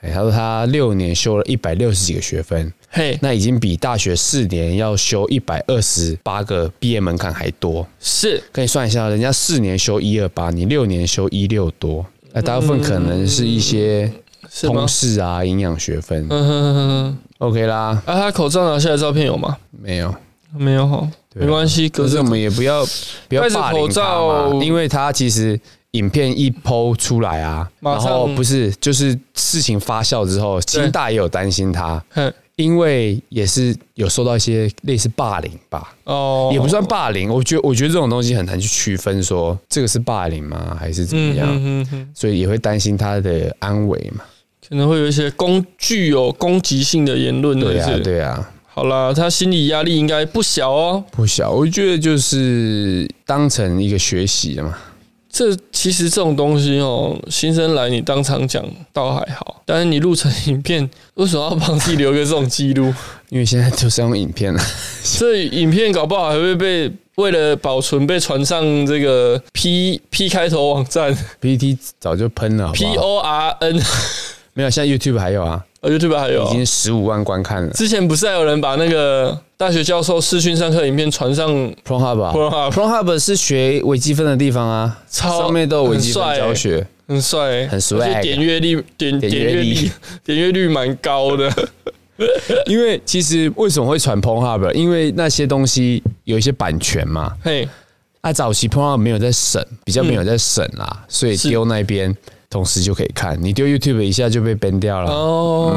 S1: 哎，他说他六年修了一百六十几个学分，
S2: 嘿，
S1: 那已经比大学四年要修一百二十八个毕业门槛还多。
S2: 是
S1: 跟你算一下，人家四年修一二八，你六年修一六多，那大部分可能是一些
S2: 嗯是吗
S1: 通？识啊、营养学分。
S2: 嗯哼哼哼，
S1: OK 啦，
S2: 啊，他口罩拿下来的照片有吗？
S1: 没有。
S2: 没有哈，
S1: 啊
S2: 没关系，
S1: 可
S2: 可
S1: 是
S2: 是
S1: 我们也不要不要
S2: 戴着
S1: 霸凌
S2: 口
S1: 他
S2: 罩
S1: 嘛，因为他其实影片一剖出来啊，
S2: 马
S1: 然
S2: 上
S1: 后不是就是事情发酵之后，清大也有担心他，
S2: 嘿
S1: 因为也是有受到一些类似霸凌吧，
S2: 哦，
S1: 也不算霸凌，我觉得我觉得这种东西很难去区分说这个是霸凌吗，还是怎么
S2: 嗯
S1: 样，
S2: 嗯嗯嗯，
S1: 所以也会担心他的安危嘛。
S2: 可能会有一些攻具有攻击性的言论，
S1: 对
S2: 是
S1: 啊
S2: 不，是。
S1: 对啊。
S2: 好啦，他心理压力应该不小哦。
S1: 不小，我觉得就是当成一个学习的嘛。
S2: 这其实这种东西哦，新生来你当场讲倒还好，但是你录成影片，为什么要帮自己留个这种记 录？
S1: 因为现在就是用影片了，
S2: 这影片搞不好还会被为了保存被传上这个 P P 开头网站
S1: PPT 早就喷了好不
S2: P
S1: 好
S2: O R N，
S1: 没有，现在 YouTube 还有啊，
S2: 呃 YouTube 还有
S1: 已
S2: 啊
S1: 经十五万观看了。
S2: 之前不是还有人把那个大学教授视讯上课影片传上
S1: Pornhub 啊
S2: Pornhub
S1: Pornhub 是学微积分的地方啊，
S2: 超
S1: 上面都有微积分教学。
S2: 很欸帅欸、
S1: 很
S2: 而
S1: swag
S2: 且点阅率点
S1: 点
S2: 点
S1: 阅
S2: 阅
S1: 率
S2: 率点阅率蛮高的，
S1: 因为其实为什么会传 Pornhub？因为那些东西有一些版权嘛。
S2: 嘿，
S1: 啊，早期 Pornhub 没有在审，比较没有在审啦，所以
S2: 是
S1: 丢那边同时就可以看。你丢 YouTube 一下就被 ban 掉了。
S2: 哦，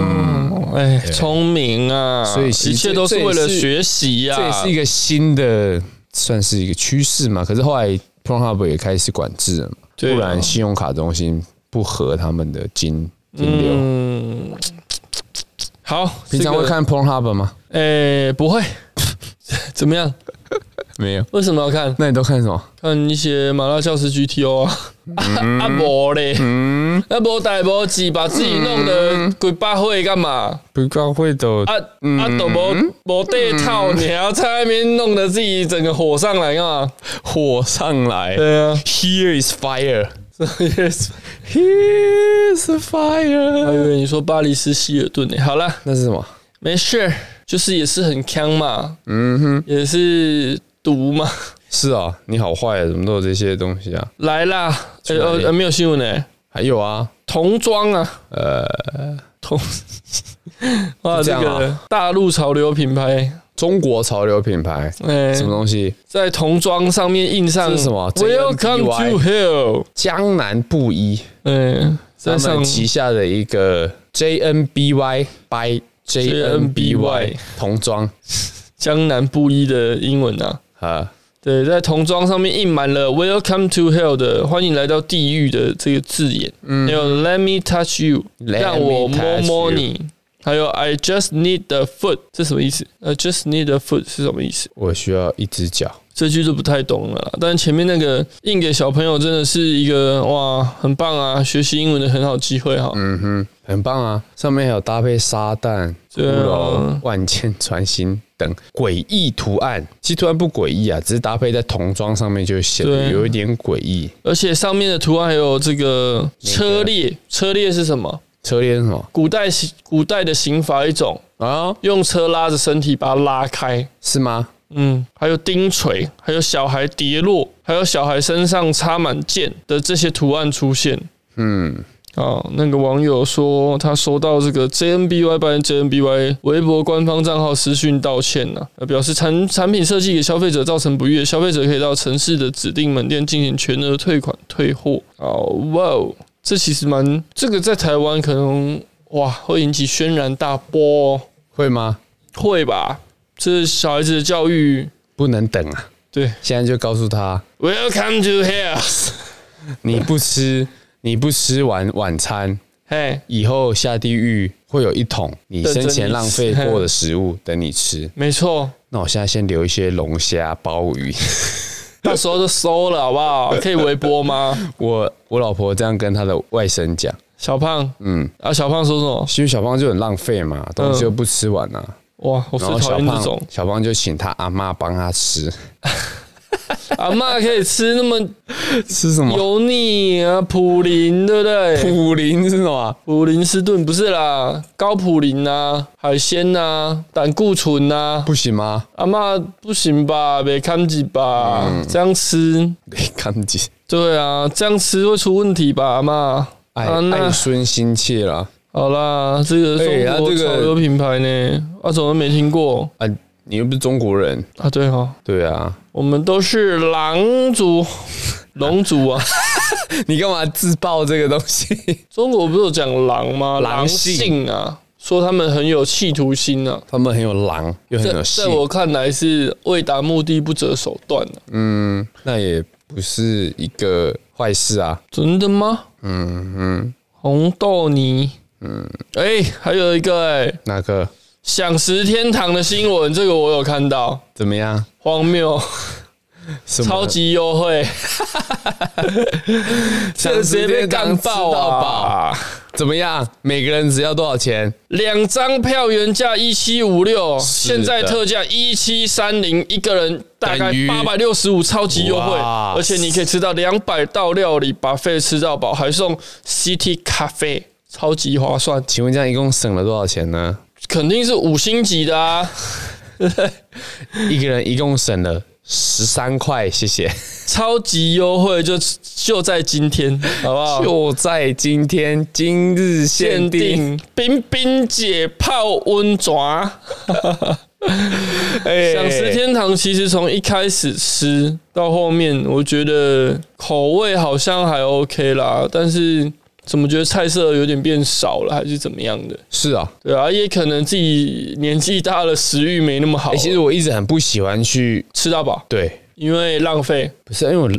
S2: 哎，聪明啊！
S1: 嗯所以其实
S2: 一切都是为了学习啊呀、
S1: 这也是一个新的，算是一个趋势嘛。可是后来 Pornhub 也开始管制了嘛，
S2: 对啊
S1: 不然信用卡中心不合他们的金金流。
S2: 嗯，好，
S1: 平常
S2: 这个
S1: 会，看 Pornhub 吗？
S2: 哎、不会， 怎么样？
S1: 没有。
S2: 为什么要看？
S1: 那你都看什么？
S2: 看一些麻辣教师 GTO 啊，
S1: 嗯
S2: 啊啊无嘞，啊无大无志，把自己
S1: 嗯
S2: 弄得鬼八会干嘛？
S1: 不高会的
S2: 啊
S1: 嗯
S2: 啊都无无对套，你还要在那边弄得自己整个火上来干嘛？
S1: 火上来。
S2: 对 啊，
S1: 呃 Here is fire.
S2: 也是
S1: Here is
S2: 我以
S1: fire.
S2: 为你说巴黎是希尔顿呢、好了，
S1: 那是什么？
S2: 没事儿，就是也是很强嘛，嗯哼，也是毒嘛。
S1: 是啊，你好坏啊，怎么都有这些东西啊？
S2: 来啦，
S1: 去
S2: 呃
S1: 哪里
S2: 呃，呃没有新闻呢、
S1: 还有啊，
S2: 童装啊，呃，童， 哇，
S1: 就这
S2: 这
S1: 样啊
S2: 个大陆潮流品牌，
S1: 中国潮流品牌
S2: 哎、
S1: 什么东西？
S2: 在童装上面印上
S1: 这是什么
S2: Welcome
S1: JNPY
S2: to Hell，
S1: 江南布衣，
S2: 哎、
S1: 他
S2: 在上
S1: 们旗下的一个 JNBY by JNBY 童装
S2: 江南布衣的英文啊。
S1: 啊，
S2: 对，在童装上面印满了 “Welcome to Hell” 的“欢迎来到地狱”的这个字眼，还有 “Let me touch you”，
S1: 嗯 Let
S2: 让我
S1: me touch
S2: 摸摸
S1: you
S2: 你，还有 “I just need a foot”，这什么意思？“I just need a foot” 是什么意思？
S1: 我需要一只脚。
S2: 这句就不太懂了啦。但前面那个印给小朋友真的是一个哇，很棒啊，学习英文的很好机会哈。
S1: 嗯哼，很棒啊！上面还有搭配沙旦、骷
S2: 对啊
S1: 髅、万箭穿心等诡异图案。其实图案不诡异啊，只是搭配在童装上面就显得
S2: 对啊
S1: 有一点诡异。
S2: 而且上面的图案还有这个
S1: 哪个
S2: 车裂，车裂是什么？
S1: 车链是什么
S2: 古代刑古代的刑罚一种，
S1: 啊？
S2: 用车拉着身体把它拉开。
S1: 是吗？
S2: 嗯，还有钉锤，还有小孩跌落，还有小孩身上插满剑的这些图案出现。
S1: 嗯，
S2: 哦，那个网友说他收到这个 JNBY 版 JNBY 微博官方账号私讯道歉呐、呃表示产产品设计给消费者造成不悦，消费者可以到城市的指定门店进行全额退款退货。哦，哇哦，这其实蛮这个在台湾可能哇会引起轩然大波、哦，
S1: 会吗？
S2: 会吧？这小孩子的教育，
S1: 不能等啊！
S2: 对。
S1: 现在就告诉他，
S2: Welcome to hell。
S1: 你不吃， 你不吃完晚餐，
S2: 嘿，
S1: 以后下地狱会有一桶你生前浪费过的食物等你吃。
S2: 没错，
S1: 那我现在先留一些龙虾、鲍鱼。
S2: 到时候就收了，好不 好？可以微波吗？
S1: 我我老婆这样跟她的外甥讲，
S2: 小胖
S1: 嗯，
S2: 啊，小胖说什么？
S1: 其实小胖就很浪费嘛，东西又不吃完啊。
S2: 哇，我最
S1: 然后
S2: 讨
S1: 小
S2: 厌这种
S1: 胖，小胖就请他阿妈帮他吃，
S2: 阿嬷可以吃那么
S1: 吃什么？
S2: 油腻啊，普林对不对？
S1: 普林是什么？
S2: 普林斯顿不是啦，高普林啊，海鲜啊，胆固醇啊，
S1: 不行吗？
S2: 阿嬷不行吧，没看几吧，
S1: 嗯
S2: 这样吃，
S1: 没看见，
S2: 对啊，这样吃会出问题吧，阿嬷。
S1: 爱
S2: 啊那
S1: 爱孙心切啦。
S2: 好啦，这个
S1: 哎啊
S2: 中国
S1: 这个
S2: 潮流品牌呢，啊，怎么没听过
S1: 啊，你又不是中国人，
S2: 啊？对哈、哦，
S1: 对 啊，
S2: 我们都是狼 族、龙族啊。
S1: 你干嘛自爆这个东西？
S2: 中国不是有讲狼吗？
S1: 狼
S2: 狼
S1: 性
S2: 性啊，说他们很有企图心啊。
S1: 他们很有狼，又很
S2: 在
S1: 有性
S2: 在，我看来是为达目的不择手段、啊、
S1: 嗯，那也不是一个坏事啊。
S2: 真的吗？
S1: 嗯嗯，
S2: 红豆泥，嗯，哎、还有一个哎、
S1: 那个
S2: 享食天堂的新闻，这个我有看到，
S1: 怎么样？
S2: 荒谬，
S1: 什么
S2: 超级优惠，这直接被干爆
S1: 吃到
S2: 啊！
S1: 怎么样？每个人只要多少钱？
S2: 两张票原价一七五六，
S1: 是的
S2: 现在特价一七三零，一个人大概
S1: 等于
S2: 八百六十五，超级优惠，
S1: 哇
S2: 而且你可以吃到两百道料理，把费吃到饱，还送 CT 咖啡，超级划算，
S1: 请问这样一共省了多少钱 呢？
S2: 肯定是五星级 的啊，
S1: 一个人一共省了十三块，谢谢。
S2: 超级优惠就就在今天，好不好？
S1: 就在今天，今日限
S2: 限
S1: 定。
S2: 定冰冰姐泡温泉，
S1: 哎
S2: 享食天堂其实从一开始吃到后面，我觉得口味好像还 OK 啦，但是怎么觉得菜色有点变少了，还是怎么样的？
S1: 是啊、
S2: 对啊，也可能自己年纪大了，食欲没那么好
S1: 哎、
S2: 了，
S1: 其实我一直很不喜欢去，
S2: 吃到饱，
S1: 对，
S2: 因为浪费。
S1: 不是因为我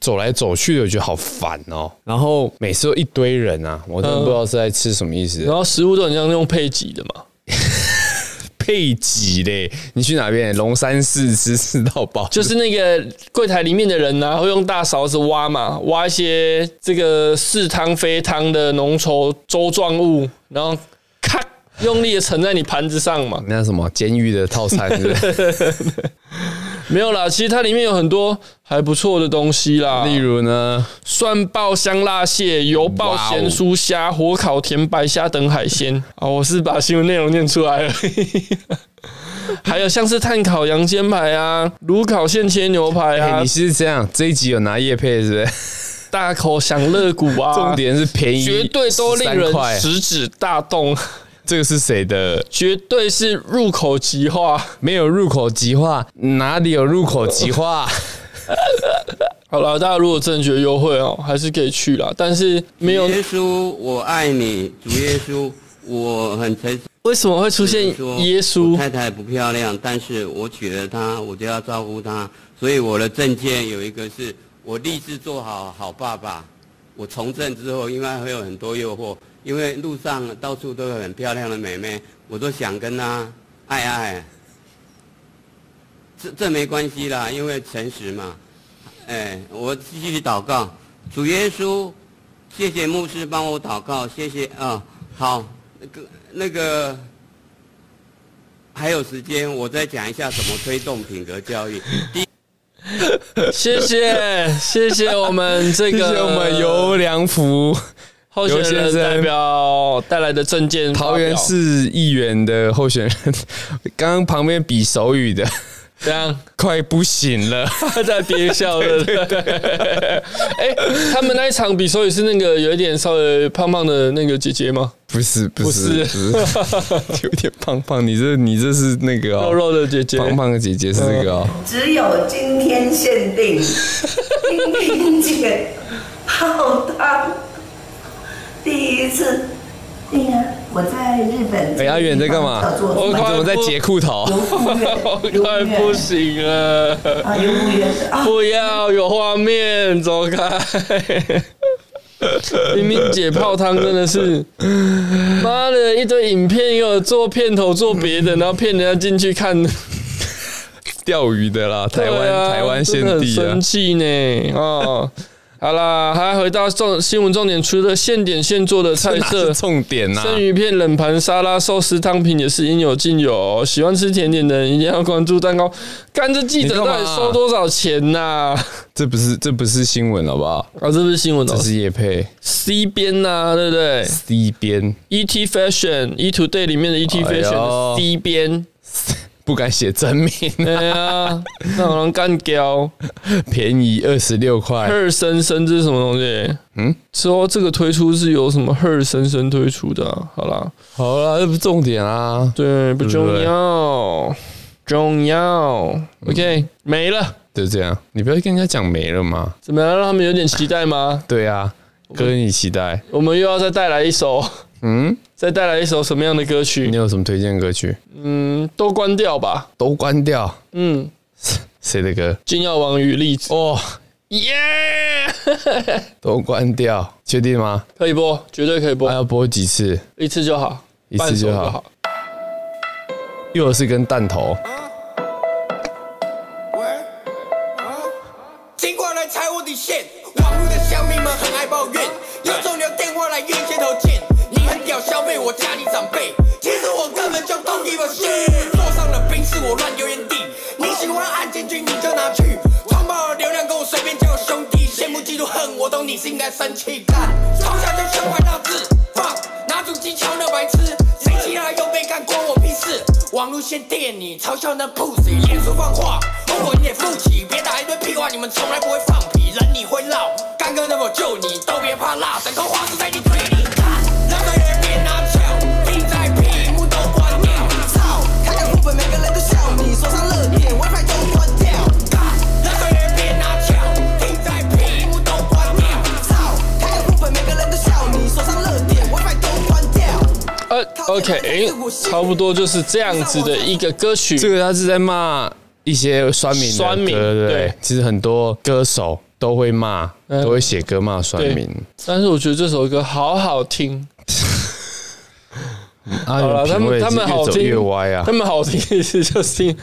S1: 走来走去的，我觉得好烦哦。然后每次都一堆人啊，我真的
S2: 嗯
S1: 不知道是在吃什么意思。
S2: 然后食物都很像那种配给的嘛，
S1: 配给嘞，你去哪边？龙山寺吃吃到饱，
S2: 就是那个柜台里面的人啊，会用大勺子挖嘛，挖一些这个是汤非汤的浓稠粥状物，然后咔用力的盛在你盘子上嘛。
S1: 那什么监狱的套餐 是不是
S2: 没有啦，其实它里面有很多还不错的东西啦，
S1: 例如呢，
S2: 蒜爆香辣蟹、油爆
S1: 哇哦
S2: 咸酥虾、火烤甜白虾等海 鲜啊！我是把新闻内容念出来了。 还有像是炭烤羊肩排啊、炉烤现切牛排
S1: 哎、
S2: 啊、
S1: 你是这样，这一集有拿叶配是不是？
S2: 大口享乐谷啊，
S1: 重点是便宜，
S2: 绝对都令人
S1: 13块
S2: 食指大动，
S1: 这个是谁的？
S2: 绝对是入口即化。
S1: 没有入口即化，哪里有入口即 化？
S2: 好了，大家如果真的觉得优惠哦，还是可以去啦，但是没有
S4: 主耶稣，我爱你，主耶稣，我很诚实。
S2: 为什么会出现
S4: 说
S2: 耶
S4: 我
S2: 稣？
S4: 太太不漂亮，但是我娶了她，我就要照顾她，所以我的证件有一个是我立志做好好爸爸。我从政之后，应该会有很多诱惑，因为路上到处都有很漂亮的妹妹，我都想跟她爱爱。这这没关系啦，因为诚实嘛。哎，我继续祷告，主耶稣，谢谢牧师帮我祷告，谢谢啊、好，那个那个。还有时间，我再讲一下怎么推动品格教育。第一，
S2: 谢谢谢谢我们这
S1: 谢
S2: 个
S1: 谢我们尤良福
S2: 候选
S1: 尤先
S2: 人
S1: 生
S2: 代表带来的证件发表，
S1: 桃园市议员的候选人，刚刚旁边比手语的，
S2: 这样，
S1: 快不行了。
S2: 他在憋笑的。哎，他们那一场比手语是那个有一点稍微胖胖的那个姐姐吗？
S1: 不是不
S2: 是
S1: 是不 是，有点胖胖，你这你这是那个
S2: 肉
S1: 哦，
S2: 肉的姐姐，
S1: 胖胖的姐姐是这个哦，
S5: 只有今天限定，冰冰姐泡汤第一次。对呀、我在日本。
S1: 哎，阿远在干嘛？
S5: 叫做
S1: 你怎么在解裤头？
S5: 游富院，
S2: 我
S5: 游
S2: 快
S5: 富
S2: 不
S5: 苑
S2: 行了，
S5: 啊，游富苑啊，
S2: 不要有画面，走开。明明姐泡汤真 的是，妈的一堆影片，又有做片头做别的，然后骗人家进去看。
S1: 钓鱼的啦，台
S2: 对
S1: 湾
S2: 啊
S1: 台湾
S2: 真
S1: 先
S2: 的很
S1: 帝啊
S2: 生，气呢啊！ 好啦，还回到重新闻重点，除了现点现做的菜
S1: 这哪啊
S2: 色
S1: 是，重点呐、
S2: 生鱼片、冷盘沙拉、寿司、汤品也是应有尽有哦、喜欢吃甜点的人一定要关注蛋糕。干这记者
S1: 你
S2: 到
S1: 干嘛
S2: 底收多少钱呐、啊？
S1: 这不是这不是新闻好不好？
S2: 这不是新闻哦
S1: 这是叶配
S2: ，C 边呐、对不对
S1: C 边，
S2: ？ET Fashion、E Today 里面的 ET
S1: 哎呦
S2: Fashion 的 C 边，
S1: 不敢写真 名，
S2: 哎呀，那好像干掉。
S1: 便宜二十六 块，
S2: 赫森森这是什么东西？嗯，说这个推出是由什么赫森森推出的啊、好啦，
S1: 好了，这不是重点啊。
S2: 对，不
S1: 对
S2: 重要，重要。OK，没了。
S1: 就这样，你不要跟人家讲没了嘛。
S2: 怎么样让他们有点期待吗？
S1: 对啊，哥你期待，
S2: 我们又要再带来一首，
S1: 嗯，
S2: 再带来一首什么样的歌曲
S1: 你？有什么推荐歌曲？
S2: 嗯，都关掉吧。
S1: 都关掉，
S2: 嗯，
S1: 谁的歌？
S2: 金耀王与栗子，
S1: 哦，
S2: 耶、
S1: 都关掉，确定吗？啊
S2: 可以播，绝对可以播
S1: 还，要播几次？
S2: 一次就好，
S1: 一次就好
S2: 半首。
S1: 又是跟弹头，
S6: 经过了财务底线，网络的乡民们很爱抱怨，有种留电话来冤街头见。你很屌，消费我家里长辈，其实我根本就 don't give a shit。坐上了冰室，我乱留言地。你喜欢按进去你就拿去，创爆了流量跟我随便叫兄弟，羡慕嫉妒恨，我懂你是应该生气干。从小就胸怀大志，放拿主机敲那白痴，谁其他又被干关我屁事。网路先电你，嘲笑那 pussy，脸书放话，后果你也负起，别打一堆屁话，你们从来不会放屁，人你会落，干哥能否救你，都别怕辣，整颗花枝在你嘴里干，让这人别拿翘，钉在屏幕都关掉，操，
S7: 看看副本，每个人都笑你，手上热点，WiFi 都关掉。
S6: 干，让这人别拿翘，钉在屏幕都关掉，
S7: 操，看看副本，每个人都笑你，手上热点，WiFi 都关掉。
S2: 呃，OK，差不多就是这样子的一个歌曲。
S1: 这个他是在骂一些酸民的歌，
S2: 酸
S1: 对
S2: 民
S1: 不
S2: 对
S1: 对？其实很多歌手都会骂，
S2: 嗯
S1: 都会写歌骂酸民
S2: 但是我觉得这首歌好好听，
S1: 啊。
S2: 好了，
S1: 你
S2: 他
S1: 品味
S2: 们
S1: 是
S2: 他们好
S1: 越走
S2: 听
S1: 越歪啊
S2: 他。们好听 也是就是，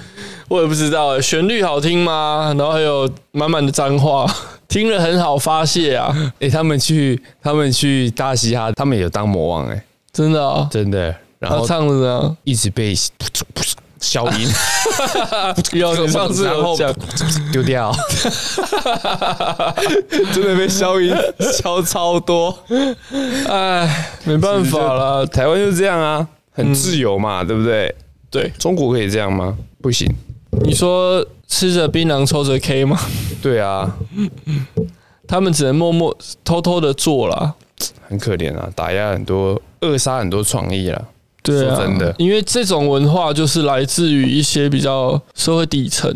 S2: 我也不知道、欸、旋律好听吗？然后还有满满的脏话，听了很好发泄啊，
S1: 哎，他们去他们去大嘻哈，他们有当魔王哎，
S2: 真的啊、
S1: 真的。然
S2: 然后
S1: 后
S2: 唱的怎样？
S1: 一直被消 音，
S2: 有你上次
S1: 然
S2: 有
S1: 后
S2: 讲，
S1: 丢掉，真的被消音 消超多。
S2: 哎，没办法啦，
S1: 台湾就这样啊，很自由嘛，对不对？
S2: 对，
S1: 中国可以这样吗？不行。
S2: 你说吃着槟榔抽着 K 吗？
S1: 对啊，
S2: 他们只能默默偷偷的做啦。
S1: 很可怜啊，打压很多，扼杀很多创意了。
S2: 对啊，
S1: 说真的
S2: 因为这种文化就是来自于一些比较社会底层，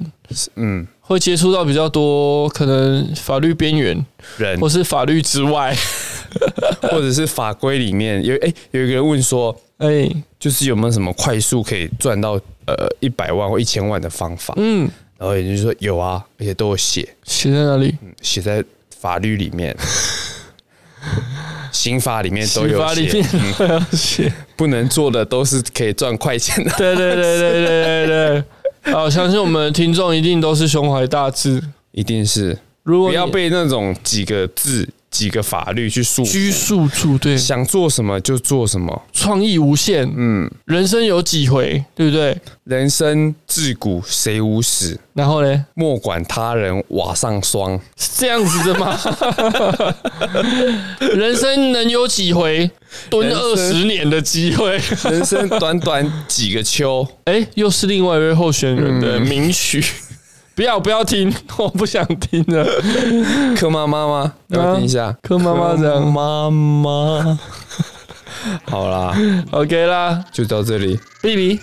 S1: 嗯，
S2: 会接触到比较多可能法律边缘
S1: 人
S2: 或是法律之外。
S1: 或者是法规里面有哎、有一个人问说，
S2: 哎、
S1: 就是有没有什么快速可以赚到呃一百万或一千万的方法？
S2: 嗯，
S1: 然后也就是说有啊，而且都有写
S2: 写在哪里？
S1: 写在法律里面。刑法里面都
S2: 刑
S1: 有
S2: 法里
S1: 写
S2: 面，都有写。
S1: 不能做的都是可以赚快钱的。
S2: 对对对对对对对。好，相信我们的听众一定都是胸怀大志。
S1: 一定是
S2: 如果
S1: 不
S2: 你
S1: 要被那种几个字、几个法律去束缚，
S2: 拘束住，对，
S1: 想做什么就做什么。
S2: 创意无限。嗯，人生有几回，对不对？
S1: 人生自古谁无死，
S2: 然后呢，
S1: 莫管他人瓦上霜。
S2: 是这样子的 吗？人生能有几回？蹲
S1: 人生
S2: 二十年的机会。
S1: 人生短短几个秋，
S2: 哎、又是另外一位候选人的名曲。嗯 不要不要听，我不想听 了。
S1: 柯妈妈吗？要不要听一下
S2: 啊柯妈妈这样
S1: 妈妈，好啦，
S2: OK 啦，
S1: 就到这里。
S2: b b